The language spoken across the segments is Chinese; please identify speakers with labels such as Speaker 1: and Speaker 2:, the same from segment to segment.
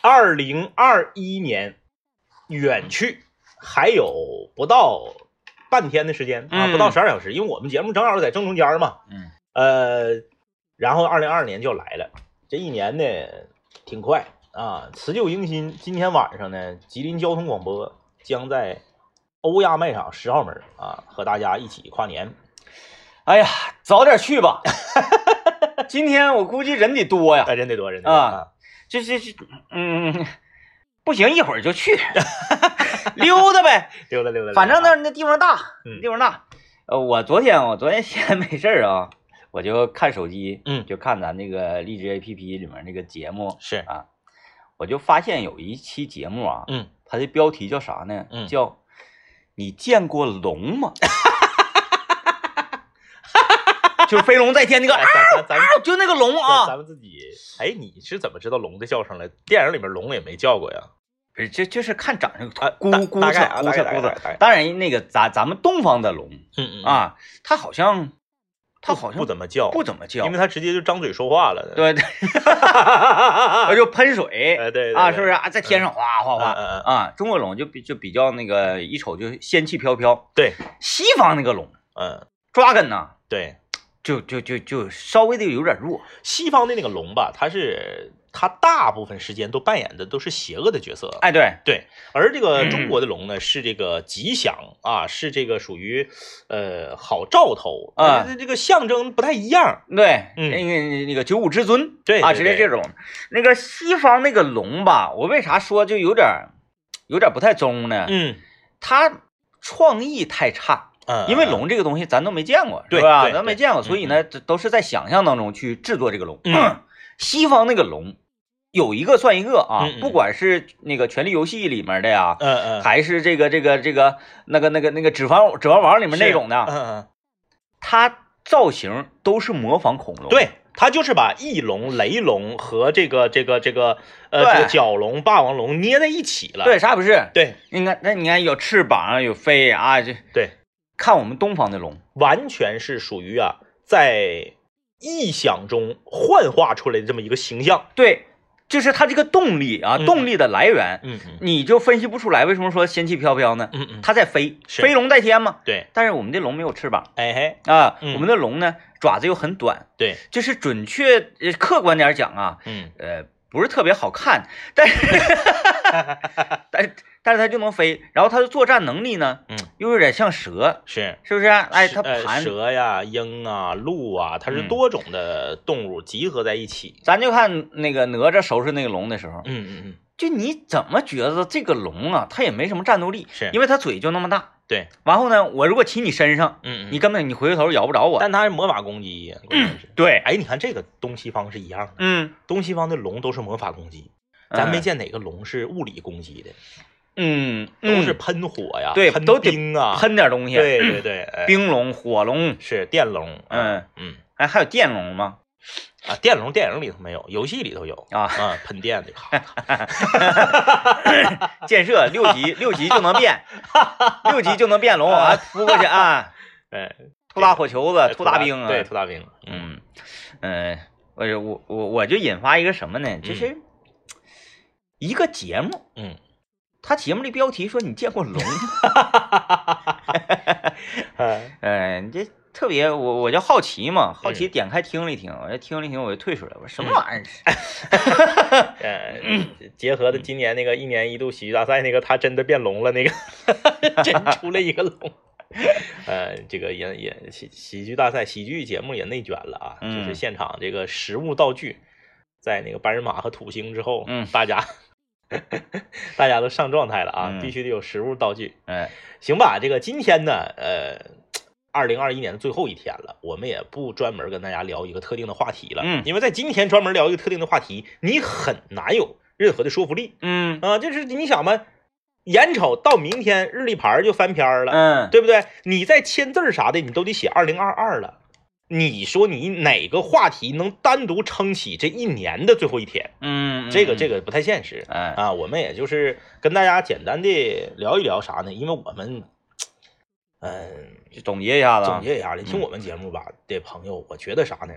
Speaker 1: 二零二一年远去还有不到半天的时间啊，不到
Speaker 2: 嗯
Speaker 1: 十二小时，因为我们节目正好在正中间儿嘛。
Speaker 2: 嗯，
Speaker 1: 呃，然后二零二二年就来了，这一年呢挺快啊，辞旧迎新。今天晚上呢，吉林交通广播将在欧亚卖场十号门儿啊，和大家一起跨年。
Speaker 2: 哎呀，早点去吧。 今天我估计人得多呀，
Speaker 1: 哎，人得多，人得多
Speaker 2: 啊！这这这，嗯，不行，一会儿就去， 溜 达呗。
Speaker 1: 溜达溜达溜达。
Speaker 2: 反正那那地方大，
Speaker 1: 嗯
Speaker 2: 地方大。呃，我昨天我昨天闲没事儿啊， 我就看手机，
Speaker 1: 嗯
Speaker 2: 就看咱那个荔枝 APP 里面那个节目，
Speaker 1: 是，
Speaker 2: 我就发现有一期节目啊，
Speaker 1: 嗯，
Speaker 2: 它的标题叫啥呢？
Speaker 1: 嗯
Speaker 2: 叫“你见过龙吗？” 就是飞龙在天那个，
Speaker 1: 哎
Speaker 2: 啊，
Speaker 1: 咱咱咱
Speaker 2: 就那个龙
Speaker 1: 咱咱
Speaker 2: 啊，
Speaker 1: 们自己，哎，你是怎么知道龙的叫声的？电影里面龙也没叫过呀。
Speaker 2: 不是，这就是看长相，
Speaker 1: 啊
Speaker 2: 估
Speaker 1: 大
Speaker 2: 估
Speaker 1: 大
Speaker 2: 测
Speaker 1: 概啊
Speaker 2: 估
Speaker 1: 大概大
Speaker 2: 测
Speaker 1: 概
Speaker 2: 估
Speaker 1: 大概大概
Speaker 2: 测。当然，那个咱咱们东方的龙
Speaker 1: 嗯嗯，
Speaker 2: 啊，它好像，它
Speaker 1: 不
Speaker 2: 好像
Speaker 1: 不怎么叫，
Speaker 2: 不怎么叫
Speaker 1: 因为，他直接就张嘴说话了。，
Speaker 2: 对 对，它就喷水，
Speaker 1: 哎对对
Speaker 2: 啊，
Speaker 1: 对
Speaker 2: 是不是啊？在天上哗哗
Speaker 1: 嗯
Speaker 2: 哗
Speaker 1: 嗯嗯
Speaker 2: 啊！中国龙就比就比较那个一瞅就仙气飘飘，
Speaker 1: 对，
Speaker 2: 西方那个龙
Speaker 1: 嗯，
Speaker 2: 抓根呐，
Speaker 1: 对，
Speaker 2: 就就就就稍微的有点弱，
Speaker 1: 西方的那个龙吧，它是它大部分时间都扮演的都是邪恶的角色。
Speaker 2: 哎，对，
Speaker 1: 对，而这
Speaker 2: 嗯
Speaker 1: 个中国的龙呢，是这个吉祥啊，是这个属于呃好兆头
Speaker 2: 啊
Speaker 1: 这这个象征不太一样。
Speaker 2: 对，
Speaker 1: 嗯
Speaker 2: 那个那个九五至尊，
Speaker 1: 对
Speaker 2: 啊，
Speaker 1: 对
Speaker 2: 之类
Speaker 1: 对
Speaker 2: 这种。那个西方那个龙吧，我为啥说就有点儿有点儿不太中呢？
Speaker 1: 嗯
Speaker 2: 它创意太差，
Speaker 1: 嗯，
Speaker 2: 因为龙这个东西咱都没见过，
Speaker 1: 对
Speaker 2: 是吧？
Speaker 1: 对
Speaker 2: 咱没
Speaker 1: 对
Speaker 2: 见过，所以呢，这都是在想象当中去制作这个龙。
Speaker 1: 嗯
Speaker 2: 西方那个龙有一个算一个啊，
Speaker 1: 嗯嗯
Speaker 2: 不管是那个《权力游戏》里面的呀，
Speaker 1: 嗯嗯，
Speaker 2: 还是这个这个这个那个那个那个《指环指环王》里面那种的，
Speaker 1: 嗯
Speaker 2: 它造型都是模仿恐龙。
Speaker 1: 嗯，对。它就是把翼龙、雷龙和这个这个这个呃
Speaker 2: 对
Speaker 1: 这个角龙、霸王龙捏在一起了。
Speaker 2: 对，啥也不是。
Speaker 1: 对
Speaker 2: 你看，那你看有翅膀，有飞啊，这
Speaker 1: 对，
Speaker 2: 看我们东方的龙，
Speaker 1: 完全是属于啊，在臆想中幻化出来的这么一个形象。
Speaker 2: 对，就是它这个动力啊，
Speaker 1: 嗯
Speaker 2: 动力的来源，
Speaker 1: 嗯嗯
Speaker 2: 你就分析不出来。为什么说仙气飘飘呢？
Speaker 1: 嗯嗯，
Speaker 2: 它在飞，
Speaker 1: 是
Speaker 2: 飞龙在天嘛。
Speaker 1: 对，
Speaker 2: 但是我们的龙没有翅膀
Speaker 1: 哎嘿，
Speaker 2: 啊，
Speaker 1: 嗯
Speaker 2: 我们的龙呢爪子又很短，
Speaker 1: 对，
Speaker 2: 就是准确呃客观点讲啊，
Speaker 1: 嗯
Speaker 2: 呃，不是特别好看，但是但是但是它就能飞，然后它的作战能力呢，
Speaker 1: 嗯，
Speaker 2: 又有点像蛇，
Speaker 1: 是。
Speaker 2: 是不是啊？哎，
Speaker 1: 是
Speaker 2: 它
Speaker 1: 呃
Speaker 2: 盘
Speaker 1: 蛇呀、鹰啊、鹿啊，它是
Speaker 2: 嗯
Speaker 1: 多种的动物集合在一起。
Speaker 2: 咱就看那个哪吒收拾那个龙的时候，
Speaker 1: 嗯嗯嗯，
Speaker 2: 就你怎么觉得这个龙啊，它也没什么战斗力，
Speaker 1: 是
Speaker 2: 因为它嘴就那么大。
Speaker 1: 嗯对，
Speaker 2: 完后呢，我如果骑你身上，
Speaker 1: 嗯
Speaker 2: 你
Speaker 1: 你，
Speaker 2: 根本你回过头咬不着我。
Speaker 1: 但它是魔法攻击呀，关键是。
Speaker 2: 对，
Speaker 1: 哎，你看这个东西方是一样的，
Speaker 2: 嗯，
Speaker 1: 东西方的龙都是魔法攻击，咱没
Speaker 2: 嗯，
Speaker 1: 见哪个龙是物理攻击的，
Speaker 2: 嗯，
Speaker 1: 都
Speaker 2: 嗯
Speaker 1: 是喷火呀，
Speaker 2: 对
Speaker 1: 喷
Speaker 2: 都得
Speaker 1: 冰啊，，
Speaker 2: 喷点东西，
Speaker 1: 对对对，哎
Speaker 2: 冰龙、火龙，
Speaker 1: 是电龙，
Speaker 2: 嗯，
Speaker 1: 嗯
Speaker 2: 哎，还有电龙吗？
Speaker 1: 啊，电龙电影里头没有，游戏里头有
Speaker 2: 啊
Speaker 1: 啊，喷电 的，
Speaker 2: 建设六级，六级就能 变，六级就能变龙啊，扑过去啊，
Speaker 1: 哎，
Speaker 2: 吐大火球子，
Speaker 1: 兔
Speaker 2: 吐大冰啊，
Speaker 1: 对，兔大兵，嗯
Speaker 2: 嗯，呃，我就我我我就引发一个什么呢？就是一个节目，
Speaker 1: 嗯，
Speaker 2: 它节目的标题说你见过龙，
Speaker 1: 哎
Speaker 2: 呃，你这特别我我就好奇嘛，好
Speaker 1: 嗯
Speaker 2: 奇点开听了一听，我就听了一听，我就退出来，我说什么玩 意儿？嗯
Speaker 1: 呃，结合的今年那个一年一度喜剧大赛那个，他真的变龙了，那个 真出来一个龙。呃，这个也也喜喜剧大赛喜剧节目也内卷了啊，
Speaker 2: 嗯
Speaker 1: 就是现场这个实物道具，在那个白人马和土星之后，
Speaker 2: 嗯
Speaker 1: 大家 大家都上状态了啊，
Speaker 2: 嗯
Speaker 1: 必须得有实物道具。
Speaker 2: 哎，
Speaker 1: 行吧，这个今天呢，呃，二零二一年的最后一天了，我们也不专门跟大家聊一个特定的话题了，
Speaker 2: 嗯
Speaker 1: 因为在今天专门聊一个特定的话题，你很难有任何的说服力
Speaker 2: 嗯
Speaker 1: 啊、就是你想吧，眼瞅到明天日历牌儿就翻篇儿了，
Speaker 2: 嗯，
Speaker 1: 对不对？你再签字儿啥的，你都得写二零二二了。你说你哪个话题能单独撑起这一年的最后一天？
Speaker 2: 嗯，
Speaker 1: 这个这
Speaker 2: 个，
Speaker 1: 个不太现实。
Speaker 2: 哎，
Speaker 1: 啊，我们也就是跟大家简单的聊一聊啥呢？因为我们，嗯、
Speaker 2: 就总结一下子啊，
Speaker 1: 总结一下，来听我们节目吧的朋友，我觉得啥呢？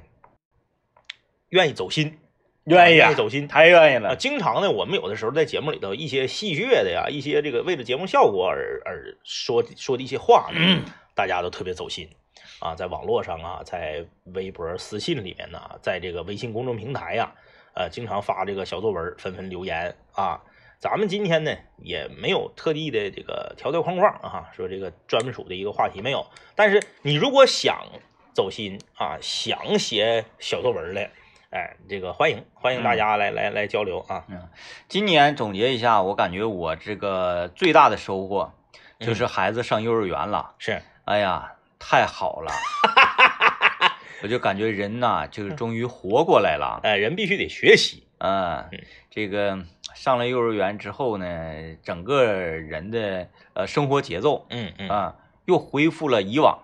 Speaker 1: 愿意走心，
Speaker 2: 愿意
Speaker 1: 愿
Speaker 2: 啊
Speaker 1: 意，走心。
Speaker 2: 太愿意
Speaker 1: 啊，
Speaker 2: 了。
Speaker 1: 经常呢，我们有的时候在节目里头一些戏谑的呀，一些这个为了节目效果而而说说的一些话呢，
Speaker 2: 嗯
Speaker 1: 大家都特别走心啊，在网络上啊，在微博私信里面呢，在这个微信公众平台呀、呃，经常发这个小作文，纷纷留言啊。咱们今天呢也没有特地的这个条条框框啊，说这个专属的一个话题没有。但是你如果想走心啊，想写小作文来，哎，这个欢迎欢迎大家来、来来交流啊。
Speaker 2: 今年总结一下，我感觉我这个最大的收获
Speaker 1: 嗯
Speaker 2: 就是孩子上幼儿园了。
Speaker 1: 是，
Speaker 2: 哎呀，太好了！我就感觉人呐、就是终于活过来了。
Speaker 1: 哎，人必须得学习，
Speaker 2: 啊
Speaker 1: 嗯，
Speaker 2: 这个上了幼儿园之后呢，整个人的呃生活节奏
Speaker 1: 嗯嗯，
Speaker 2: 啊，又恢复了以往。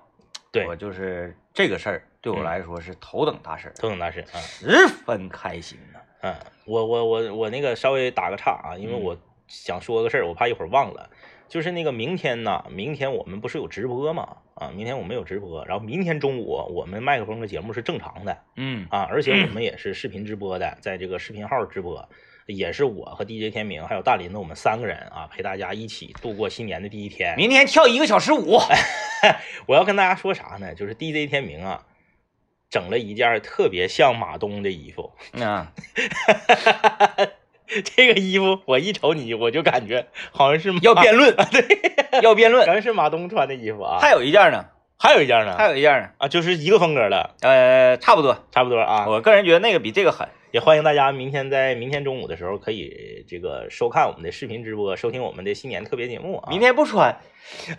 Speaker 1: 对
Speaker 2: 我就是这个事儿，对我
Speaker 1: 嗯
Speaker 2: 来说是头等大事儿，
Speaker 1: 头等大事啊。
Speaker 2: 十分开心呐。
Speaker 1: 嗯，我我我我那个稍微打个岔啊，因为
Speaker 2: 嗯
Speaker 1: 我想说个事儿，我怕一会儿忘了。就是那个明天呐，明天我们不是有直播嘛？啊，明天我们有直播，然后明天中午我们麦克风的节目是正常的
Speaker 2: 嗯
Speaker 1: 啊，而且我们也是视频直播的，在这个视频号直播，也是我和 DJ 天明还有大林子我们三个人啊，陪大家一起度过新年的第一天。
Speaker 2: 明天跳一个小时舞，
Speaker 1: 我要跟大家说啥呢？就是 DJ 天明啊，整了一件特别像马东的衣服。
Speaker 2: 嗯，
Speaker 1: 这个衣服我一瞅你，我就感觉好像是
Speaker 2: 要辩论， 对，要辩论。
Speaker 1: 全是马东穿的衣服啊。
Speaker 2: 还有一件呢，
Speaker 1: 还有一件呢，
Speaker 2: 还有一件呢，
Speaker 1: 啊，就是一个风格的，
Speaker 2: 呃，差不多。
Speaker 1: 差不多啊。
Speaker 2: 我个人觉得那个比这个狠。
Speaker 1: 也欢迎大家明天在明天中午的时候可以这个收看我们的视频直播，收听我们的新年特别节目啊。
Speaker 2: 明天不穿，
Speaker 1: 天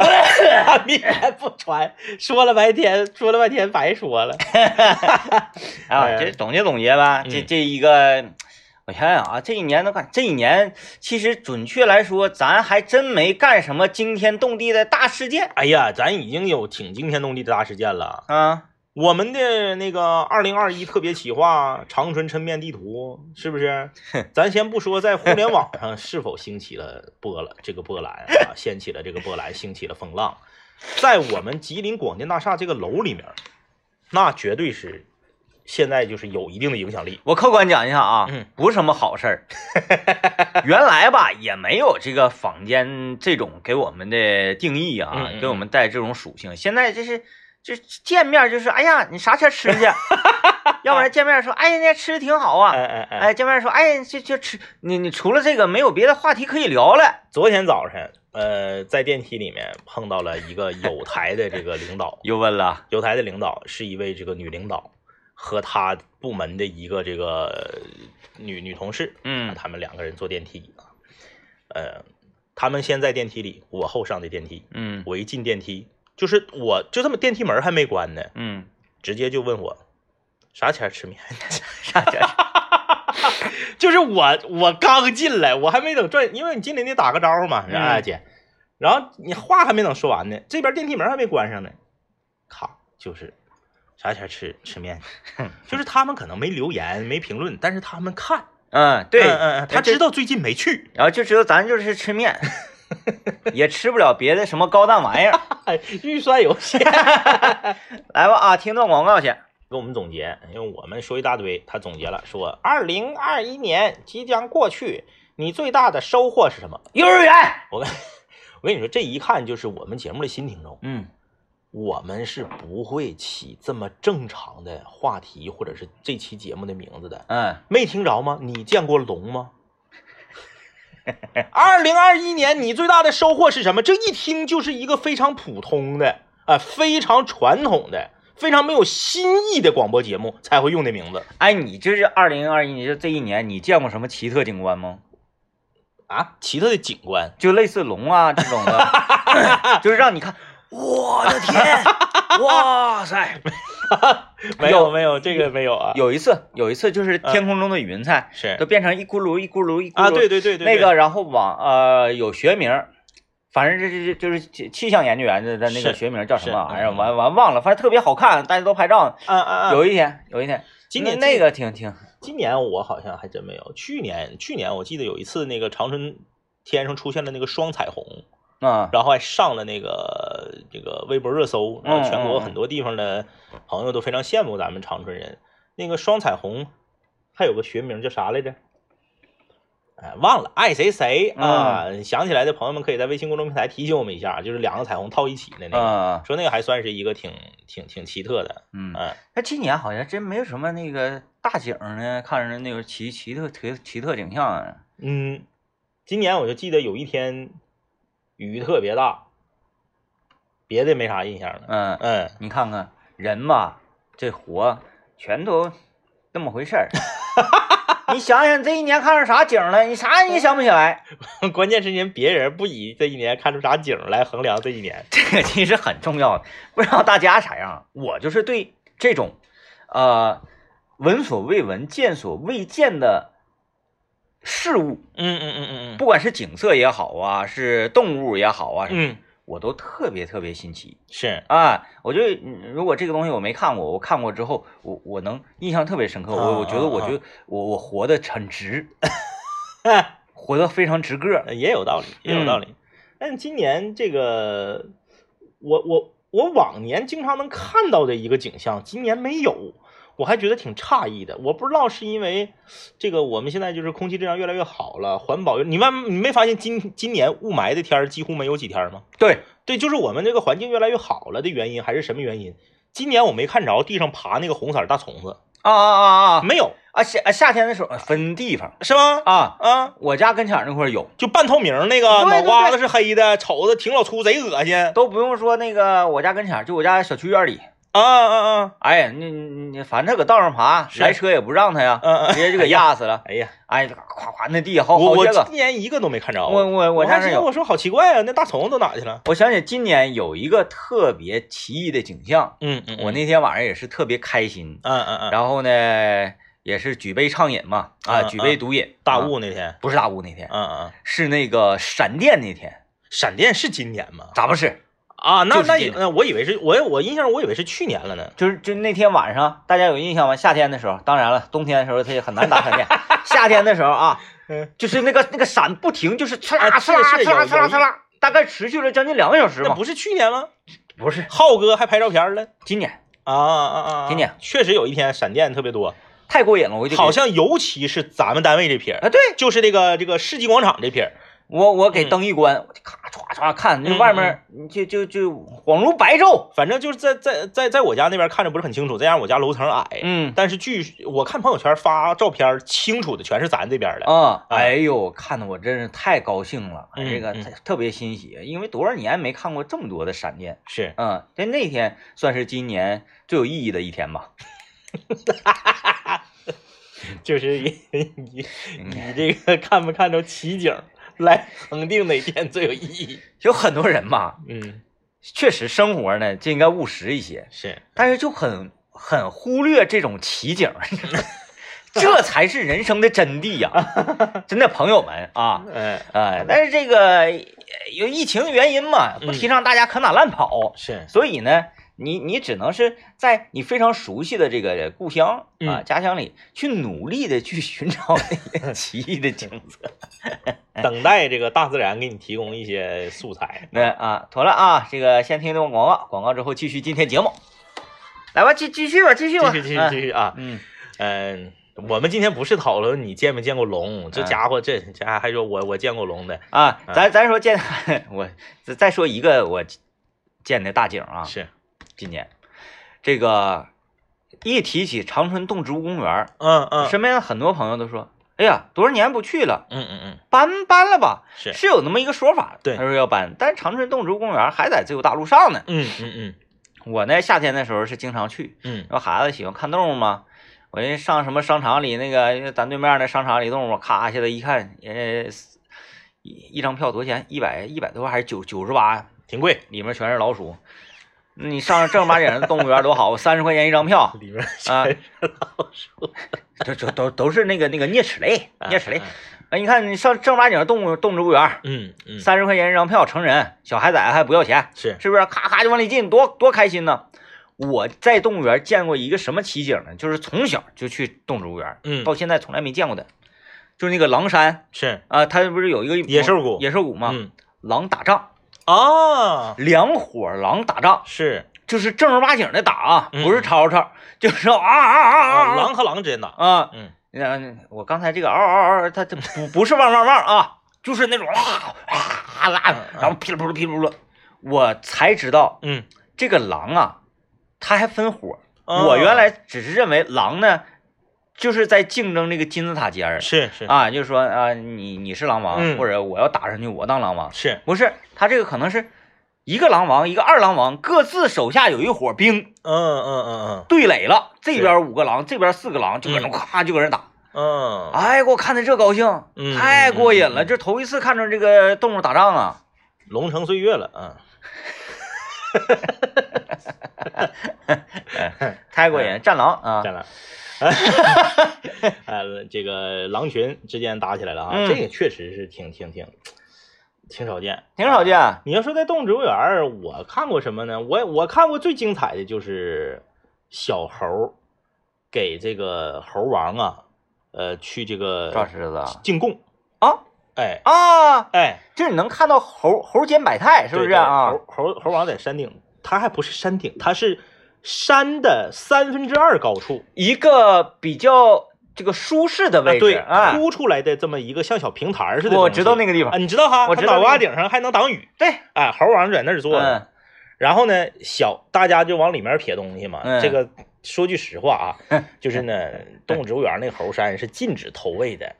Speaker 1: 明天不穿，说了半天，说了半天白说了。
Speaker 2: 啊，
Speaker 1: 哎
Speaker 2: 这总结总结呗，
Speaker 1: 嗯
Speaker 2: 这这一个，我想想啊，这一年都干，这一年其实准确来说，咱还真没干什么惊天动地的大事件
Speaker 1: 哎呀，咱已经有挺惊天动地的大事件了。
Speaker 2: 啊。
Speaker 1: 我们的那个二零二一特别企划“长春抻面地图”是不是？咱先不说在互联网上是否兴起了波澜，这个波澜啊，掀起了这个波澜，兴起了风浪，在我们吉林广电大厦这个楼里面，那绝对是现在就是有一定的影响力。
Speaker 2: 我客观讲一下啊，
Speaker 1: 嗯
Speaker 2: 不是什么好 事儿。原来吧，也没有这个坊间这种给我们的定义啊，
Speaker 1: 嗯嗯嗯
Speaker 2: 给我们带这种属性。现在这是，这见面就是，哎呀，你啥前吃 去？要不然见面说，哎呀，那吃的挺好啊。
Speaker 1: 哎哎哎！
Speaker 2: 哎，见面说，哎，这这吃你你除了这个没有别的话题可以聊了。
Speaker 1: 昨天早晨，呃，在电梯里面碰到了一个有台的这个领导，
Speaker 2: 又问了，
Speaker 1: 有台的领导是一位这个女领导和她部门的一个这个女女同事，
Speaker 2: 嗯
Speaker 1: 他们两个人坐电梯啊，呃，他们先在电梯里，我后上的电梯，
Speaker 2: 嗯
Speaker 1: 我一进电梯，就是我就这么电梯门还没关呢，
Speaker 2: 嗯，
Speaker 1: 直接就问我啥钱吃面，
Speaker 2: 啥前儿
Speaker 1: 就是我我刚进来，我还没等转，因为你进来你打个招呼嘛，是吧
Speaker 2: 嗯
Speaker 1: 哎姐，然后你话还没等说完呢，这边电梯门还没关上呢，咔就是啥钱吃吃 面，就是他们可能没留言没评论，但是他们看，
Speaker 2: 嗯对，
Speaker 1: 嗯嗯嗯，他
Speaker 2: 这
Speaker 1: 知道最近没去，
Speaker 2: 然后就知道咱就是吃面， 也吃不了别的什么高档玩意儿。
Speaker 1: 哎预算有限。
Speaker 2: 来吧啊，听段广告去。
Speaker 1: 给我们总结，因为我们说一大堆，他总结了说，二零二一年即将过去，你最大的收获是什么？
Speaker 2: 幼儿园，
Speaker 1: 我跟我跟你说，这一看就是我们节目的新听众，
Speaker 2: 嗯，
Speaker 1: 我们是不会起这么正常的话题或者是这期节目的名字的。
Speaker 2: 嗯，
Speaker 1: 没听着吗？你见过龙吗？ 二零二一年你最大的收获是什么？这一听就是一个非常普通的啊、非常传统的、非常没有新意的广播节目才会用的名字
Speaker 2: 哎，你就是二零二一，你就这一年，你见过什么奇特景观吗？
Speaker 1: 啊！奇特的景观，
Speaker 2: 就类似龙啊这种的， 就是让你看，我的 天，哇塞！
Speaker 1: 没
Speaker 2: 有
Speaker 1: 有没有，这个没有啊，
Speaker 2: 有一次，有一次就是天空中的云彩
Speaker 1: 是
Speaker 2: 都变成一咕噜一咕噜一咕噜
Speaker 1: 哎啊，对对对对，
Speaker 2: 那
Speaker 1: 对
Speaker 2: 个，然后往呃有学名儿，反正这这这就是气气象研究员的的那个
Speaker 1: 是
Speaker 2: 学名叫什么玩意儿，
Speaker 1: 是嗯
Speaker 2: 完完忘了，反正特别好看，大家都拍照。
Speaker 1: 啊啊啊，
Speaker 2: 有一天，有一天，
Speaker 1: 今年
Speaker 2: 那那个挺挺，
Speaker 1: 今年我好像还真没有，去年去年我记得有一次那个长春天上出现了那个双彩虹，
Speaker 2: 啊，
Speaker 1: 然后还上了那个这个微博热搜，然后全国很多地方的朋友都非常羡慕咱们长春人。那个双彩虹还有个学名叫啥来着？哎，忘了，爱谁谁啊！想起来的朋友们可以在微信公众平台提醒我们一下，就是两个彩虹套一起的那个，
Speaker 2: 啊，
Speaker 1: 说那个还算是一个挺挺挺奇特的，
Speaker 2: 嗯，
Speaker 1: 嗯，
Speaker 2: 那今年好像真没有什么那个大景儿呢，看着那种奇奇特特奇特景象啊，
Speaker 1: 嗯，今年我就记得有一天雨特别大，别的没啥印象了。
Speaker 2: 嗯，
Speaker 1: 嗯，
Speaker 2: 你看看人吧，这活全都那么回事儿。 你想想这一年看上啥景了？你啥你也想不起来。
Speaker 1: 关键是人别人不以这一年看出啥景儿来衡量这一年。
Speaker 2: 这个其实很重要的，不知道大家啥样。我就是对这种，呃，闻所未闻、见所未见的事物，
Speaker 1: 嗯嗯嗯嗯
Speaker 2: 不管是景色也好啊，是动物也好啊，
Speaker 1: 嗯，
Speaker 2: 我都特别特别新奇。
Speaker 1: 是，
Speaker 2: 啊，我就嗯如果这个东西我没看过，我看过之后，我我能印象特别深刻，我我觉得我
Speaker 1: 啊啊啊
Speaker 2: 就我我活得很值，活得非常值个儿。
Speaker 1: 呃也有道理，也有道理。但今年这个，我我我往年经常能看到的一个景象，今年没有，我还觉得挺诧异的。我不知道是因为这个，我们现在就是空气质量越来越好了，环保越，你万你没发现今今年雾霾的天儿几乎没有几天儿吗？
Speaker 2: 对，
Speaker 1: 对，就是我们这个环境越来越好了的原因，还是什么原因？今年我没看着地上爬那个红色儿大虫子，
Speaker 2: 啊啊啊啊
Speaker 1: 没有，
Speaker 2: 啊夏啊夏天的时候呃分地方
Speaker 1: 是吗？
Speaker 2: 啊，
Speaker 1: 啊，
Speaker 2: 我家跟前儿那块儿有，
Speaker 1: 就半透明那个，
Speaker 2: 对对
Speaker 1: 脑瓜
Speaker 2: 对
Speaker 1: 子是黑的，瞅着挺老粗，贼恶心。
Speaker 2: 都不用说那个我家跟前儿，就我家小区院里，
Speaker 1: 啊啊啊！
Speaker 2: 哎呀，那那反正搁道上爬，
Speaker 1: 是
Speaker 2: 来车也不让 他呀，
Speaker 1: 嗯嗯
Speaker 2: 直接就给压死了。
Speaker 1: 哎呀，
Speaker 2: 哎，夸夸那地下好
Speaker 1: 我
Speaker 2: 哦好
Speaker 1: 我
Speaker 2: 些个
Speaker 1: 今，年一个都没看着。
Speaker 2: 我我
Speaker 1: 我
Speaker 2: 我家
Speaker 1: 还
Speaker 2: 那
Speaker 1: 寻
Speaker 2: 儿
Speaker 1: 思
Speaker 2: 有。
Speaker 1: 我说好奇怪啊，那大虫子哪去了？
Speaker 2: 我想起今年有一个特别奇异的景象，
Speaker 1: 嗯嗯
Speaker 2: 我那天晚上也是特别开心，
Speaker 1: 嗯嗯嗯，
Speaker 2: 然后呢，也是举杯畅饮嘛，啊，
Speaker 1: 嗯
Speaker 2: 举杯毒饮。
Speaker 1: 大
Speaker 2: 啊
Speaker 1: 雾那天。
Speaker 2: 不是大雾那天，
Speaker 1: 嗯嗯，嗯
Speaker 2: 是那个闪电那天，
Speaker 1: 闪电是今年吗？
Speaker 2: 咋不是？
Speaker 1: 啊，那
Speaker 2: 就是
Speaker 1: 那
Speaker 2: 今年
Speaker 1: 那我以为是我我印象中我以为是去年了呢。
Speaker 2: 就是就那天晚上，大家有印象吗？夏天的时候，当然了，冬天的时候它也很难打闪电。夏天的时候啊
Speaker 1: 嗯，
Speaker 2: 就是那个那个闪不停，就是唰
Speaker 1: 啊
Speaker 2: 啦
Speaker 1: 是
Speaker 2: 唰啦
Speaker 1: 是
Speaker 2: 唰啦
Speaker 1: 有
Speaker 2: 唰啦
Speaker 1: 有
Speaker 2: 唰啦，大概持续了将近两个小时
Speaker 1: 那
Speaker 2: 嘛。
Speaker 1: 不是去年吗？
Speaker 2: 不是，
Speaker 1: 浩哥还拍照片了。
Speaker 2: 今年
Speaker 1: 啊啊啊啊！
Speaker 2: 今年
Speaker 1: 确实有一天闪电特别多，
Speaker 2: 太过瘾了，我就给
Speaker 1: 好像尤其是咱们单位这撇儿，
Speaker 2: 啊，对
Speaker 1: 就是这个这个世纪广场这撇儿。
Speaker 2: 我我给
Speaker 1: 嗯
Speaker 2: 灯一关，我就咔唰唰看，
Speaker 1: 嗯
Speaker 2: 那外面就就就恍如白昼。
Speaker 1: 反正就是在在在在我家那边看着不是很清楚，再加上我家楼层矮，
Speaker 2: 嗯
Speaker 1: 但是据我看朋友圈发照片，清楚的全是咱这边的。
Speaker 2: 啊，哎呦，看的我真是太高兴了，哎
Speaker 1: 嗯
Speaker 2: 这个
Speaker 1: 嗯
Speaker 2: 特特别欣喜，因为多少年没看过这么多的闪电，
Speaker 1: 是，
Speaker 2: 嗯，但那天算是今年最有意义的一天吧。
Speaker 1: 就是以以以这个 看不看着奇景来恒定哪天最有意义。
Speaker 2: 有很多人吧，
Speaker 1: 嗯，
Speaker 2: 确实生活呢就应该务实一些，
Speaker 1: 是，
Speaker 2: 但是就很很忽略这种奇景儿， 这才是人生的真谛呀、真的，朋友们啊。
Speaker 1: 嗯、
Speaker 2: 哎，但是这个呃由疫情的原因嘛，不提倡大家砍打烂跑，
Speaker 1: 是，
Speaker 2: 所以呢，你你只能是在你非常熟悉的这个故乡啊、
Speaker 1: 嗯
Speaker 2: 家乡里去努力的去寻找那些 奇异的景色。
Speaker 1: 等待这个大自然给你提供一些素材。
Speaker 2: 那啊，妥了啊，这个先听一段广告，广告之后继续今天节目。来吧，继继续吧，继续吧，
Speaker 1: 继续，继续，
Speaker 2: 嗯
Speaker 1: 继续啊！
Speaker 2: 嗯，
Speaker 1: 嗯，我们今天不是讨论你见没见过龙，这
Speaker 2: 嗯
Speaker 1: 家伙这这还说我我见过龙的，
Speaker 2: 啊，咱咱说见， 我再再说一个我见的大景啊，
Speaker 1: 是，
Speaker 2: 今年这个一提起长春动植物公园，
Speaker 1: 嗯嗯，
Speaker 2: 身边很多朋友都说，哎呀，多少年不去了，
Speaker 1: 嗯嗯嗯，
Speaker 2: 搬搬了吧，
Speaker 1: 是，
Speaker 2: 是有那么一个说法，
Speaker 1: 对
Speaker 2: 他说要搬，但是长春动植物公园还在自由大路上呢。
Speaker 1: 嗯嗯
Speaker 2: 我呢夏天的时候是经常去，
Speaker 1: 嗯
Speaker 2: 因为孩子喜欢看动物嘛。我就上什么商场里那个咱对面那商场里动物，咔一下子一看，呃，一一张票多少钱？一百一百多还是九九十八？
Speaker 1: 嗯，挺贵，
Speaker 2: 里面全是老鼠。你上正儿八经的动物园多好，三十块钱一张票，
Speaker 1: 里面
Speaker 2: 啊
Speaker 1: 全是老鼠，
Speaker 2: 都都都都是那个那个啮齿类，啮齿类。
Speaker 1: 啊
Speaker 2: 哎，你看你上正儿八经的动物动植物园，
Speaker 1: 嗯嗯，
Speaker 2: 三十块钱一张票，成人小孩崽还不要钱。
Speaker 1: 是，
Speaker 2: 是不是？咔咔就往里进，多多开心呢！我在动物园见过一个什么奇景呢？就是从小就去动植物园，
Speaker 1: 嗯
Speaker 2: 到现在从来没见过的，就是那个狼山
Speaker 1: 是，
Speaker 2: 啊、它不是有一个
Speaker 1: 野兽谷
Speaker 2: 野兽谷吗？
Speaker 1: 嗯
Speaker 2: 狼打仗，
Speaker 1: 啊，
Speaker 2: 两伙狼打仗，
Speaker 1: 是
Speaker 2: 就是正儿八经的打啊，
Speaker 1: 嗯
Speaker 2: 不是吵吵，就是啊啊啊啊
Speaker 1: 啊，
Speaker 2: 啊
Speaker 1: 狼和狼之间打，
Speaker 2: 啊！
Speaker 1: 嗯
Speaker 2: 那我刚才这个嗷嗷嗷，它它不不是汪汪汪啊，就是那种啊啊啊，然后噼里啪啦噼里啪啦，我才知道
Speaker 1: 嗯，
Speaker 2: 这个狼啊，它还分伙。
Speaker 1: 啊
Speaker 2: 我原来只是认为狼呢，就是在竞争这个金字塔尖儿
Speaker 1: 是是
Speaker 2: 啊，就是说啊，你你是狼王，
Speaker 1: 嗯
Speaker 2: 或者我要打上去，我当狼王。
Speaker 1: 是，
Speaker 2: 不是，他这个可能是一个狼王，一个二狼王，各自手下有一伙兵
Speaker 1: 嗯嗯嗯
Speaker 2: 对垒了，这边五个狼，这边四个狼，就搁那咔就搁那打。
Speaker 1: 嗯嗯，
Speaker 2: 哎，给我看的这高兴
Speaker 1: 嗯，
Speaker 2: 太过瘾
Speaker 1: 嗯嗯
Speaker 2: 了，
Speaker 1: 嗯
Speaker 2: 这头一次看着这个动物打仗啊。
Speaker 1: 龙城岁月了，嗯。
Speaker 2: 太过瘾，战狼啊，
Speaker 1: 哎 战狼，呃，这个狼群之间打起来了啊，
Speaker 2: 嗯
Speaker 1: 这个确实是挺挺挺挺少见。啊
Speaker 2: 挺少见。啊
Speaker 1: 你要说在动物植物园儿，我看过什么呢？我我看过最精彩的就是小猴儿给这个猴王啊，呃，去这
Speaker 2: 抓
Speaker 1: 个
Speaker 2: 狮子啊
Speaker 1: 进贡，
Speaker 2: 啊
Speaker 1: 哎
Speaker 2: 啊，
Speaker 1: 哎，
Speaker 2: 这你能看到猴猴肩摆太是不
Speaker 1: 对
Speaker 2: 是
Speaker 1: 对
Speaker 2: 啊？
Speaker 1: 猴猴猴王在山顶，他还不是山顶，他是山的三分之二高处。
Speaker 2: 一个比较这个舒适的
Speaker 1: 啊，
Speaker 2: 位置
Speaker 1: 对，
Speaker 2: 啊，
Speaker 1: 凸出来的这么一个像小平台似的东西。
Speaker 2: 我知道那个地
Speaker 1: 啊，
Speaker 2: 方，
Speaker 1: 你知道哈，
Speaker 2: 我
Speaker 1: 它
Speaker 2: 知道
Speaker 1: 脑
Speaker 2: 那
Speaker 1: 瓜
Speaker 2: 个
Speaker 1: 顶上还能挡雨。
Speaker 2: 嗯对，
Speaker 1: 哎，猴王在那儿坐着，
Speaker 2: 嗯
Speaker 1: 然后呢，小大家就往里面撇东西嘛。
Speaker 2: 嗯
Speaker 1: 这个说句实话 啊，就是呢，动物植物园那个猴山是禁止投喂的。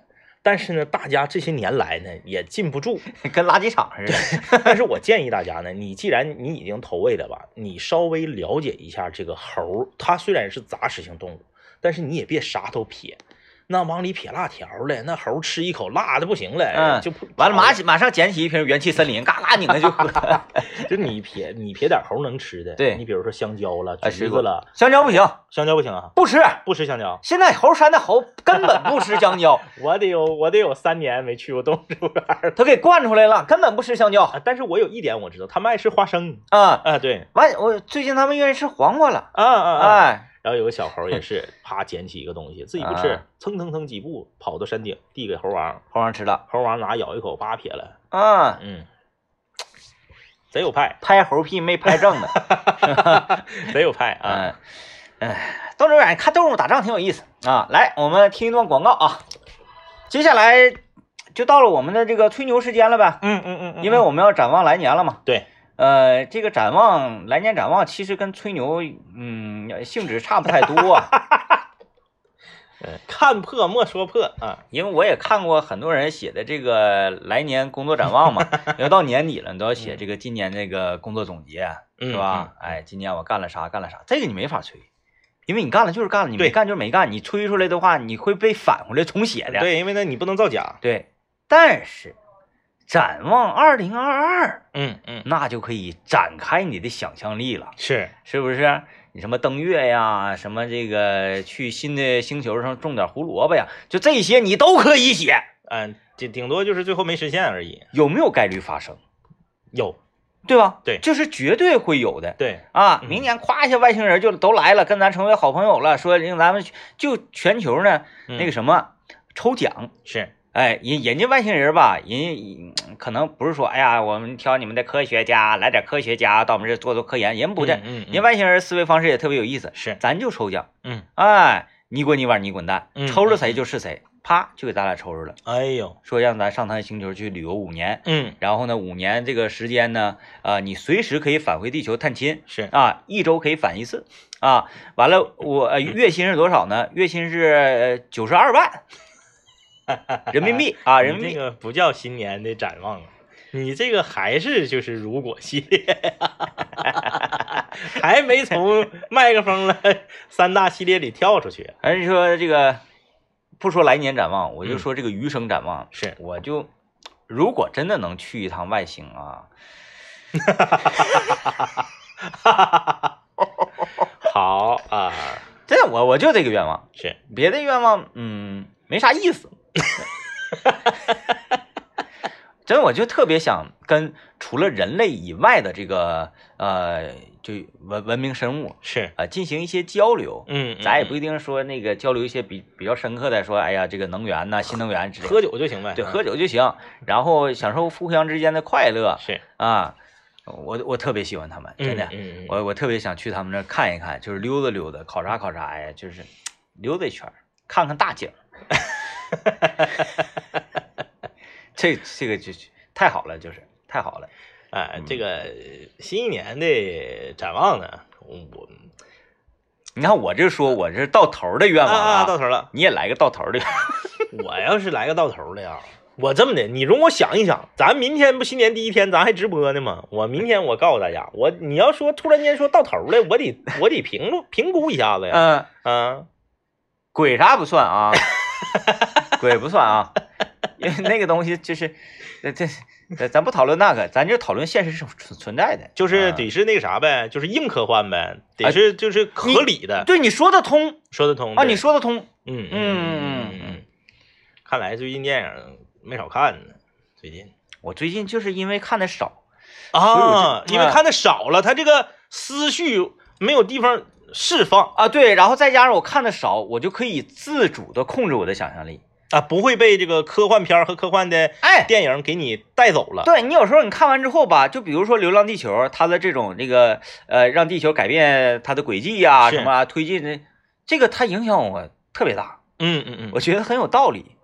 Speaker 1: 但是呢，大家这些年来呢也禁不住。
Speaker 2: 嗯跟垃圾场似的。
Speaker 1: 但是我建议大家呢，你既然你已经投喂了吧，你稍微了解一下这个猴儿，它虽然是杂食性动物，但是你也别啥都撇，那往里撇辣条了，那猴儿吃一口辣的不行了，
Speaker 2: 嗯
Speaker 1: 就
Speaker 2: 完了，马
Speaker 1: 上。
Speaker 2: 上马上捡起一瓶元气森林，嘎嘎拧开就 喝。
Speaker 1: 就你撇你撇点猴能吃的，
Speaker 2: 对
Speaker 1: 你比如说香蕉了、
Speaker 2: 哎，
Speaker 1: 橘
Speaker 2: 水
Speaker 1: 子
Speaker 2: 果
Speaker 1: 了，
Speaker 2: 香蕉不行，
Speaker 1: 香蕉不行啊，
Speaker 2: 不吃。
Speaker 1: 不吃香蕉。
Speaker 2: 现在猴山的猴根本不吃香蕉，
Speaker 1: 我得有我得有三年没去过动物植物园了
Speaker 2: 他给惯出来了，根本不吃香 蕉
Speaker 1: 啊，但是我有一点我知道，他们爱吃花生
Speaker 2: 啊。
Speaker 1: 啊，对
Speaker 2: 完，我最近他们愿意吃黄瓜了，
Speaker 1: 啊啊啊。
Speaker 2: 哎，
Speaker 1: 然后有个小猴也是，啪捡起一个东西，自己不吃
Speaker 2: 啊，
Speaker 1: 蹭蹭蹭几步跑到山顶，递给猴王，
Speaker 2: 猴上吃了，
Speaker 1: 猴王拿咬一口，叭撇了，
Speaker 2: 啊，
Speaker 1: 嗯，贼有派，
Speaker 2: 拍猴屁没拍正呢。
Speaker 1: 贼有派啊，
Speaker 2: 嗯，哎，动物园看动物打仗挺有意思啊。来，我们听一段广告啊。接下来就到了我们的这个吹牛时间了呗，
Speaker 1: 嗯嗯嗯嗯，
Speaker 2: 因为我们要展望来年了嘛。
Speaker 1: 对，
Speaker 2: 呃，这个展望来年展望其实跟吹牛，嗯，性质差不太多、啊，
Speaker 1: 嗯看破莫说破啊，
Speaker 2: 因为我也看过很多人写的这个来年工作展望嘛，因为到年底了，你都要写这个今年这个工作总结，啊
Speaker 1: 嗯
Speaker 2: 是吧？？哎，今年我干了啥，干了啥，这个你没法吹，因为你干了就是干了，你没
Speaker 1: 对
Speaker 2: 干就是没干，你吹出来的话，你会被返回来重写
Speaker 1: 嗯
Speaker 2: 的。
Speaker 1: 对，因为那你不能造假，
Speaker 2: 对但是展望二零二二，
Speaker 1: 嗯嗯，
Speaker 2: 那就可以展开你的想象力了，
Speaker 1: 是，
Speaker 2: 是不是？你什么登月呀，什么这个去新的星球上种点胡萝卜呀，就这些你都可以写，
Speaker 1: 嗯，顶顶多就是最后没实现而已。
Speaker 2: 有没有概率发生？
Speaker 1: 有，
Speaker 2: 对吧？
Speaker 1: 对
Speaker 2: 这是绝对会有的。
Speaker 1: 对，
Speaker 2: 啊，
Speaker 1: 嗯
Speaker 2: 明年夸一下外星人就都来了，跟咱成为好朋友了，说令咱们去就全球呢
Speaker 1: 嗯
Speaker 2: 那个什么抽奖，
Speaker 1: 是，
Speaker 2: 哎，人人家外星人吧，人家嗯可能不是说哎呀，我们挑你们的科学家来点科学家到我们这做做科研，人不的，
Speaker 1: 嗯，
Speaker 2: 人外星人思维方式也特别有意思，
Speaker 1: 是，
Speaker 2: 咱就抽奖，
Speaker 1: 嗯，
Speaker 2: 哎，你滚你碗你滚蛋
Speaker 1: 嗯，
Speaker 2: 抽着谁就是谁，啪就给咱俩抽着了，
Speaker 1: 哎呦，
Speaker 2: 说让咱上他的星球去旅游五年，
Speaker 1: 嗯，
Speaker 2: 然后呢五年这个时间呢，啊，你随时可以返回地球探亲。
Speaker 1: 是，
Speaker 2: 啊，一周可以返一次啊。完了，我、呃、月薪是多少呢？月薪是九十二万人 民币啊，
Speaker 1: 你
Speaker 2: 人
Speaker 1: 这
Speaker 2: 民币。
Speaker 1: 个不叫新年的展望啊，你这个还是就是如果系列， 还没从麦克风的三大系列里跳出去，
Speaker 2: 还是哎说这个不说来年展望，我就
Speaker 1: 嗯
Speaker 2: 说这个余生展望。
Speaker 1: 是
Speaker 2: 我就如果真的能去一趟外星啊，
Speaker 1: 好啊，
Speaker 2: 真的我我就这个愿望，
Speaker 1: 是，
Speaker 2: 别的愿望嗯没啥意思。 真的，我就特别想跟除了人类以外的这个呃，就文文明生物，
Speaker 1: 是，
Speaker 2: 啊，进行一些交流。
Speaker 1: 嗯，
Speaker 2: 咱也
Speaker 1: 嗯
Speaker 2: 不一定说那个交流一些比比较深刻的，说哎呀这个能源呐、新能源之类的，
Speaker 1: 喝酒就行呗，
Speaker 2: 对
Speaker 1: 嗯
Speaker 2: 喝酒就行，然后享受互相之间的快乐
Speaker 1: 是，
Speaker 2: 啊。我我特别喜欢他们，真的，
Speaker 1: 嗯嗯嗯
Speaker 2: 我我特别想去他哎们那儿看一看，就是溜达溜达，考察考察呀，就是溜达一圈儿，看看大景儿。 这这个就太好了，就是太好了。
Speaker 1: 哎、
Speaker 2: 嗯
Speaker 1: 这个新一年的展望呢，我我
Speaker 2: 你看我这说我这到头儿的愿望
Speaker 1: 啊到头了，
Speaker 2: 你也来个到头儿的，
Speaker 1: 我要是来个到头的呀，我这么的，你容我想一想，咱明天不新年第一天，咱还直播呢吗？我明天我告诉大家，我你要说突然间说到头了，我得我得评论评估一下子呀，
Speaker 2: 嗯、
Speaker 1: 啊，
Speaker 2: 鬼啥不算啊，鬼不算啊，因为那个东西就是，这这这咱不讨论那个，咱就讨论现实存存在的，
Speaker 1: 就是
Speaker 2: 啊
Speaker 1: 得是那个啥呗，就是硬科幻呗，得是就是合理的，
Speaker 2: 对你说得通
Speaker 1: 说得通
Speaker 2: 啊，
Speaker 1: 对
Speaker 2: 你说得通，
Speaker 1: 嗯
Speaker 2: 嗯嗯嗯，
Speaker 1: 看来最近电影没少看呢，最近
Speaker 2: 我最近就是因为看的少，
Speaker 1: 啊，
Speaker 2: 所以我就
Speaker 1: 因为看的少了，他这个思绪没有地方释放
Speaker 2: 啊，对，然后再加上我看的少，我就可以自主的控制我的想象力。
Speaker 1: 啊，不会被这个科幻片儿和科幻的。
Speaker 2: 哎，
Speaker 1: 电影给你带走了。
Speaker 2: 对你有时候你看完之后吧，就比如说《流浪地球》，它的这种这个呃，让地球改变它的轨迹呀、
Speaker 1: 是
Speaker 2: 什么啊推进的，这个它影响我特别大，
Speaker 1: 嗯嗯嗯
Speaker 2: 我觉得很有道理。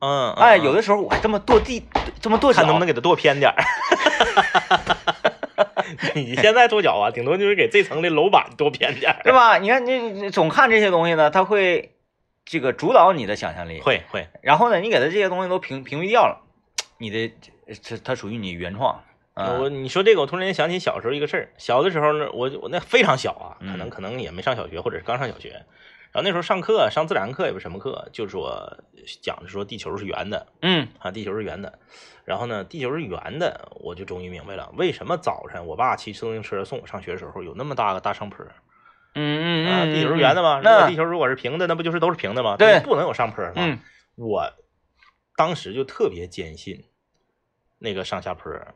Speaker 1: 嗯，
Speaker 2: 哎，有
Speaker 1: 的
Speaker 2: 的时候我还这么跺地，这么跺脚，
Speaker 1: 看能不能给它剁偏点儿。 你现在跺脚啊，顶多就是给这层的楼板剁偏点儿。
Speaker 2: 对吧？你看你你总看这些东西呢，它会这个主导你的想象力，
Speaker 1: 会会，
Speaker 2: 然后呢，你给它这些东西都屏屏蔽掉了，你的这它属于你原创。啊、
Speaker 1: 我你说这个，我突然间想起小时候一个事儿。小的时候呢，我我那非常小啊，
Speaker 2: 嗯
Speaker 1: 可能可能也没上小学，或者是刚上小学。然后那时候上课上自然课也不是什么课，就说讲着说地球是圆的
Speaker 2: 嗯
Speaker 1: 啊，地球是圆的。然后呢，地球是圆的，我就终于明白了为什么早晨我爸骑自行车送我上学的时候有那么大个大上坡。
Speaker 2: 嗯嗯
Speaker 1: 啊，
Speaker 2: 嗯，
Speaker 1: 地球是圆的嘛，如
Speaker 2: 那
Speaker 1: 果地球啊如果是平的，那不就是都是平的吗？
Speaker 2: 对
Speaker 1: 它不能有上坡儿嘛。
Speaker 2: 嗯
Speaker 1: 我当时就特别坚信，那个上下坡儿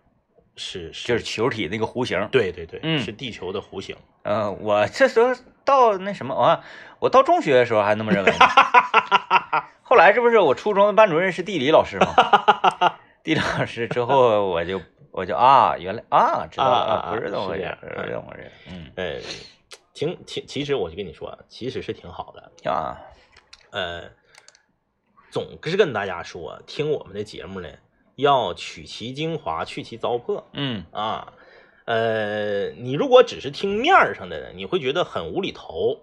Speaker 1: 是是，
Speaker 2: 就是球体那个弧形。
Speaker 1: 对对对，
Speaker 2: 嗯
Speaker 1: 是地球的弧形。
Speaker 2: 呃，我这时候到那什么啊，我到中学的时候还那么认为呢。 后来这不是我初中的班主任是地理老师吗？ 地理老师之后我就我就啊，原来啊知道了，
Speaker 1: 啊啊
Speaker 2: 不是这么回
Speaker 1: 是这
Speaker 2: 事
Speaker 1: 样，
Speaker 2: 不是这么回事，嗯
Speaker 1: 呃，挺挺，其实我就跟你说，啊其实是挺好的。
Speaker 2: 啊，
Speaker 1: 呃，总是跟大家说，听我们的节目呢，要取其精华，去其糟粕。
Speaker 2: 嗯
Speaker 1: 啊，呃，你如果只是听面儿上的呢，你会觉得很无厘头，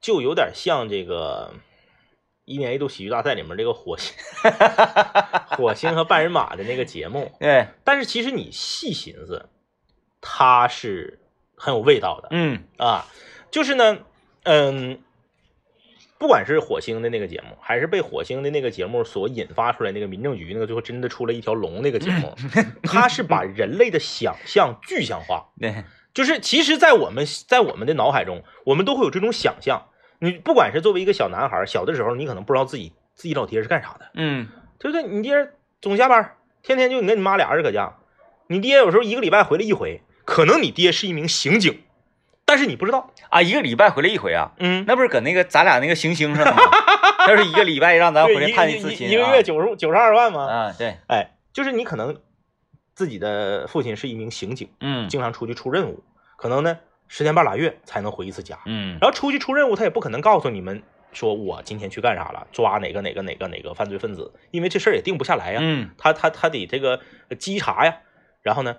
Speaker 1: 就有点像这个一年一度喜剧大赛里面这个火星、 火星和半人马的那个节目。
Speaker 2: 对，
Speaker 1: 但是其实你细寻思，它是很有味道的
Speaker 2: 嗯
Speaker 1: 啊。就是呢，嗯，不管是火星的那个节目，还是被火星的那个节目所引发出来那个民政局那个最后真的出了一条龙那个节目，它是把人类的想象具象化。
Speaker 2: 对，
Speaker 1: 就是其实，在我们在我们的脑海中，我们都会有这种想象。你不管是作为一个小男孩，小的时候你可能不知道自己自己老爹是干啥的，
Speaker 2: 嗯
Speaker 1: 对不对？你爹总加班，天天就你跟你妈俩人搁家，你爹有时候一个礼拜回来一回，可能你爹是一名刑警，但是你不知道。
Speaker 2: 啊，一个礼拜回来一回啊，
Speaker 1: 嗯，
Speaker 2: 那不是搁那个咱俩那个行星上的吗？他是一个礼拜让咱
Speaker 1: 对
Speaker 2: 回来
Speaker 1: 一
Speaker 2: 探
Speaker 1: 一
Speaker 2: 次
Speaker 1: 一
Speaker 2: 亲
Speaker 1: 一个
Speaker 2: 啊
Speaker 1: 月九十九十二万吗？
Speaker 2: 啊，对，
Speaker 1: 哎，就是你可能自己的父亲是一名刑警，
Speaker 2: 嗯
Speaker 1: 经常出去出任务，可能呢十天半拉月才能回一次家。
Speaker 2: 嗯
Speaker 1: 然后出去出任务，他也不可能告诉你们说我今天去干啥了，抓哪个哪个哪个哪个犯罪分子，因为这事儿也定不下来呀。
Speaker 2: 嗯
Speaker 1: 他他他得这个呃稽查呀。然后呢，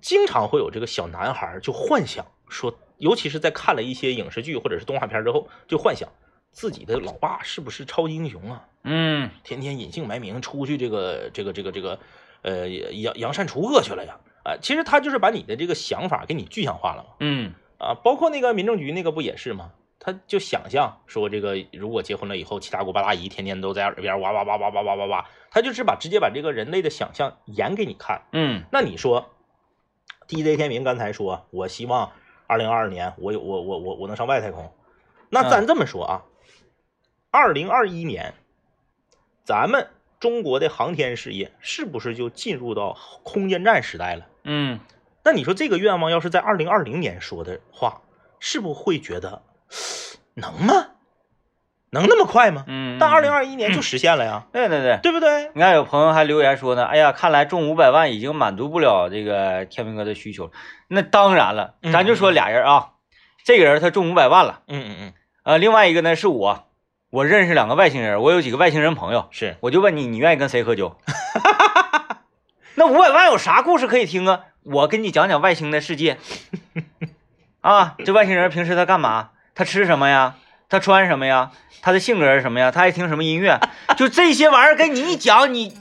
Speaker 1: 经常会有这个小男孩儿就幻想说，尤其是在看了一些影视剧或者是动画片之后，就幻想自己的老爸是不是超级英雄啊？
Speaker 2: 嗯
Speaker 1: 天天隐姓埋名出去这个这个这个这个呃扬扬善除恶去了呀。啊、其实他就是把你的这个想法给你具象化了嘛。
Speaker 2: 嗯
Speaker 1: 啊，包括那个民政局那个不也是吗？他就想象说，这个如果结婚了以后，七大姑八大姨天天都在耳边哇哇哇哇哇哇哇哇，他就是把直接把这个人类的想象演给你看。
Speaker 2: 嗯
Speaker 1: 那你说，DJ 天明刚才说，我希望二零二二年我有我我我我能上外太空。那咱这么说啊，二零二一年，咱们中国的航天事业是不是就进入到空间站时代了？
Speaker 2: 嗯。
Speaker 1: 那你说这个愿望要是在二零二零年说的话，是不是会觉得嘶能吗？能那么快吗？
Speaker 2: 嗯，
Speaker 1: 但二零
Speaker 2: 二，
Speaker 1: 二一年就实现了呀，
Speaker 2: 对对对，
Speaker 1: 对不对？
Speaker 2: 你看有朋友还留言说呢，哎呀，看来中五百万已经满足不了这个天明哥的需求了。那当然了，
Speaker 1: 嗯
Speaker 2: 咱就说俩人啊，这个人他中五百万了，
Speaker 1: 嗯嗯
Speaker 2: 呃，另外一个呢是我，我认识两个外星人，我有几个外星人朋友，
Speaker 1: 是
Speaker 2: 我就问你，你愿意跟谁喝酒？ 那五百万有啥故事可以听啊？我跟你讲讲外星的世界。啊，这外星人平时他干嘛？他吃什么呀？他穿什么呀？他的性格是什么呀？他爱听什么音乐？就这些玩意儿跟你一讲，你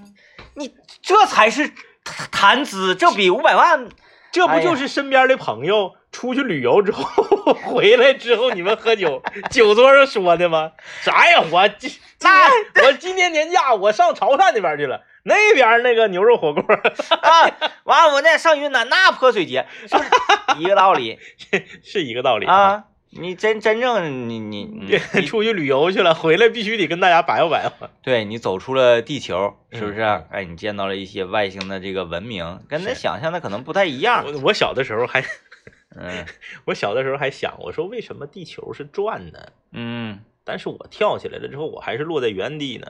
Speaker 2: 你这才是谈谈资，这比五百万
Speaker 1: 这不
Speaker 2: 哎呀
Speaker 1: 就是身边的朋友出去旅游之后 回来之后你们喝酒， 酒桌上说的吗？啥呀？我今
Speaker 2: 哎
Speaker 1: 那 我今年年假我上潮汕那边去了，那边那个牛肉火锅，
Speaker 2: 啊！完，我再上云南那泼水节，是不是一个道理
Speaker 1: 是一个道理。
Speaker 2: 啊！你真真正你你你
Speaker 1: 出去旅游去了，回来必须得跟大家白话白话。
Speaker 2: 对你走出了地球，是不是、
Speaker 1: 嗯
Speaker 2: 哎，你见到了一些外星的这个文明，跟咱
Speaker 1: 是
Speaker 2: 想象的可能不太一样。
Speaker 1: 我我小的时候还，
Speaker 2: 嗯
Speaker 1: 我小的时候还想，我说为什么地球是转的？
Speaker 2: 嗯
Speaker 1: 但是我跳起来了之后，我还是落在原地呢。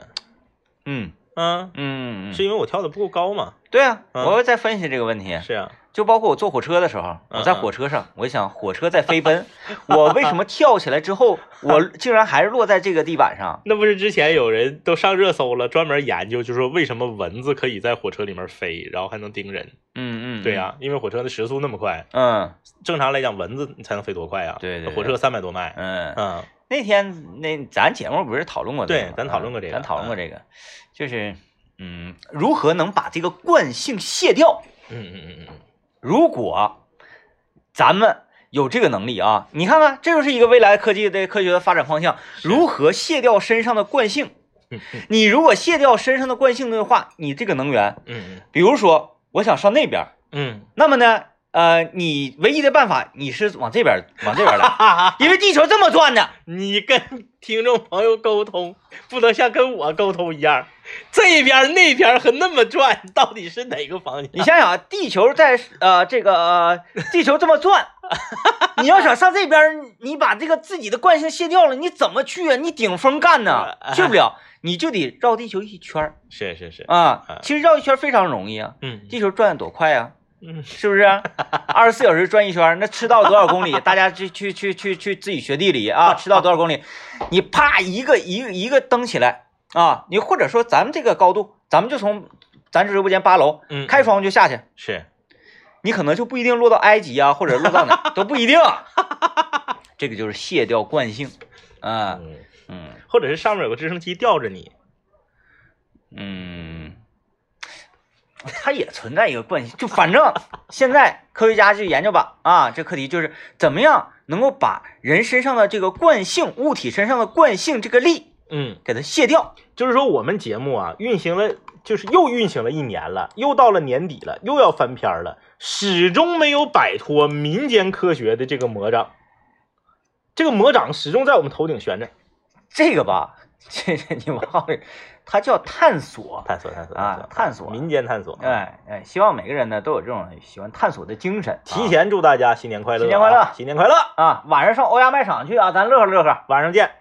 Speaker 2: 嗯
Speaker 1: 啊，
Speaker 2: 嗯，嗯
Speaker 1: 是因为我跳的不够高吗？
Speaker 2: 对啊，
Speaker 1: 嗯
Speaker 2: 我在分析这个问题，
Speaker 1: 是啊，
Speaker 2: 就包括我坐火车的时候，
Speaker 1: 嗯
Speaker 2: 我在火车上，我就想火车在飞奔，我为什么跳起来之后， 我竟然还是落在这个地板上？
Speaker 1: 那不是之前有人都上热搜了，专门研究，就说为什么蚊子可以在火车里面飞，然后还能叮人？
Speaker 2: 嗯嗯，
Speaker 1: 对呀、啊因为火车的时速那么快，
Speaker 2: 嗯
Speaker 1: 正常来讲蚊子才能飞多快啊？
Speaker 2: 对对对
Speaker 1: 火车三百多迈。
Speaker 2: 嗯嗯，
Speaker 1: 嗯，
Speaker 2: 那天那咱节目不是讨论过这个
Speaker 1: 对
Speaker 2: 吗
Speaker 1: 咱讨论过这个
Speaker 2: 嗯咱讨论过这个，就是嗯，如何能把这个惯性卸掉？
Speaker 1: 嗯嗯嗯嗯，
Speaker 2: 如果咱们有这个能力啊，你看看，这就是一个未来科技的科学的发展方向，如何卸掉身上的惯性
Speaker 1: 嗯。
Speaker 2: 你如果卸掉身上的惯性的话，你这个能源，
Speaker 1: 嗯
Speaker 2: 比如说我想上那边，
Speaker 1: 嗯
Speaker 2: 那么呢，呃，你唯一的办法你是往这边往这边 来，
Speaker 1: 嗯，
Speaker 2: 因为地球这么转的。
Speaker 1: 你跟听众朋友沟通，不能像跟我沟通一样，这边那边和那么转，到底是哪个方向？
Speaker 2: 你想想啊，地球在呃这个、呃、地球这么转，你要想上这边，你把这个自己的惯性卸掉了，你怎么去啊？你顶风干呢，去不了，你就得绕地球一圈儿
Speaker 1: 是是是，
Speaker 2: 啊
Speaker 1: 啊。
Speaker 2: 其实绕一圈儿非常容易啊，
Speaker 1: 嗯
Speaker 2: 地球转得多快啊，
Speaker 1: 嗯
Speaker 2: 是不是、二十四小时转一圈儿，那吃到多少公里？大家去去去去去自己学地理啊，吃到多少公里？你啪一个一个一个蹬起来啊，你或者说咱们这个高度，咱们就从咱直播间八楼
Speaker 1: 嗯，
Speaker 2: 开窗户就下去。
Speaker 1: 是
Speaker 2: 你可能就不一定落到埃及啊，或者落到哪儿都不一定。啊 这个就是卸掉惯性，啊，
Speaker 1: 嗯，
Speaker 2: 嗯
Speaker 1: 或者是上面有个直升机吊着你，
Speaker 2: 嗯，它也存在一个惯性，就反正现在科学家去研究吧，啊，这课题就是怎么样能够把人身上的这个惯性，物体身上的惯性这个力
Speaker 1: 嗯，
Speaker 2: 给它卸掉。
Speaker 1: 就是说我们节目啊，运行了，就是又运行了一年了，又到了年底了，又要翻篇儿了，始终没有摆脱民间科学的这个魔掌，这个魔掌始终在我们头顶悬着。
Speaker 2: 这个吧，这这你往好，它叫探索，
Speaker 1: 探索探索
Speaker 2: 啊探索
Speaker 1: 民间探索。
Speaker 2: 哎哎，希望每个人呢都有这种喜欢探索的精神，
Speaker 1: 提前祝大家新年快乐啊，
Speaker 2: 新年快乐
Speaker 1: 新年快乐，
Speaker 2: 啊，晚上上欧亚卖场去啊，咱乐呵乐呵。
Speaker 1: 晚上见。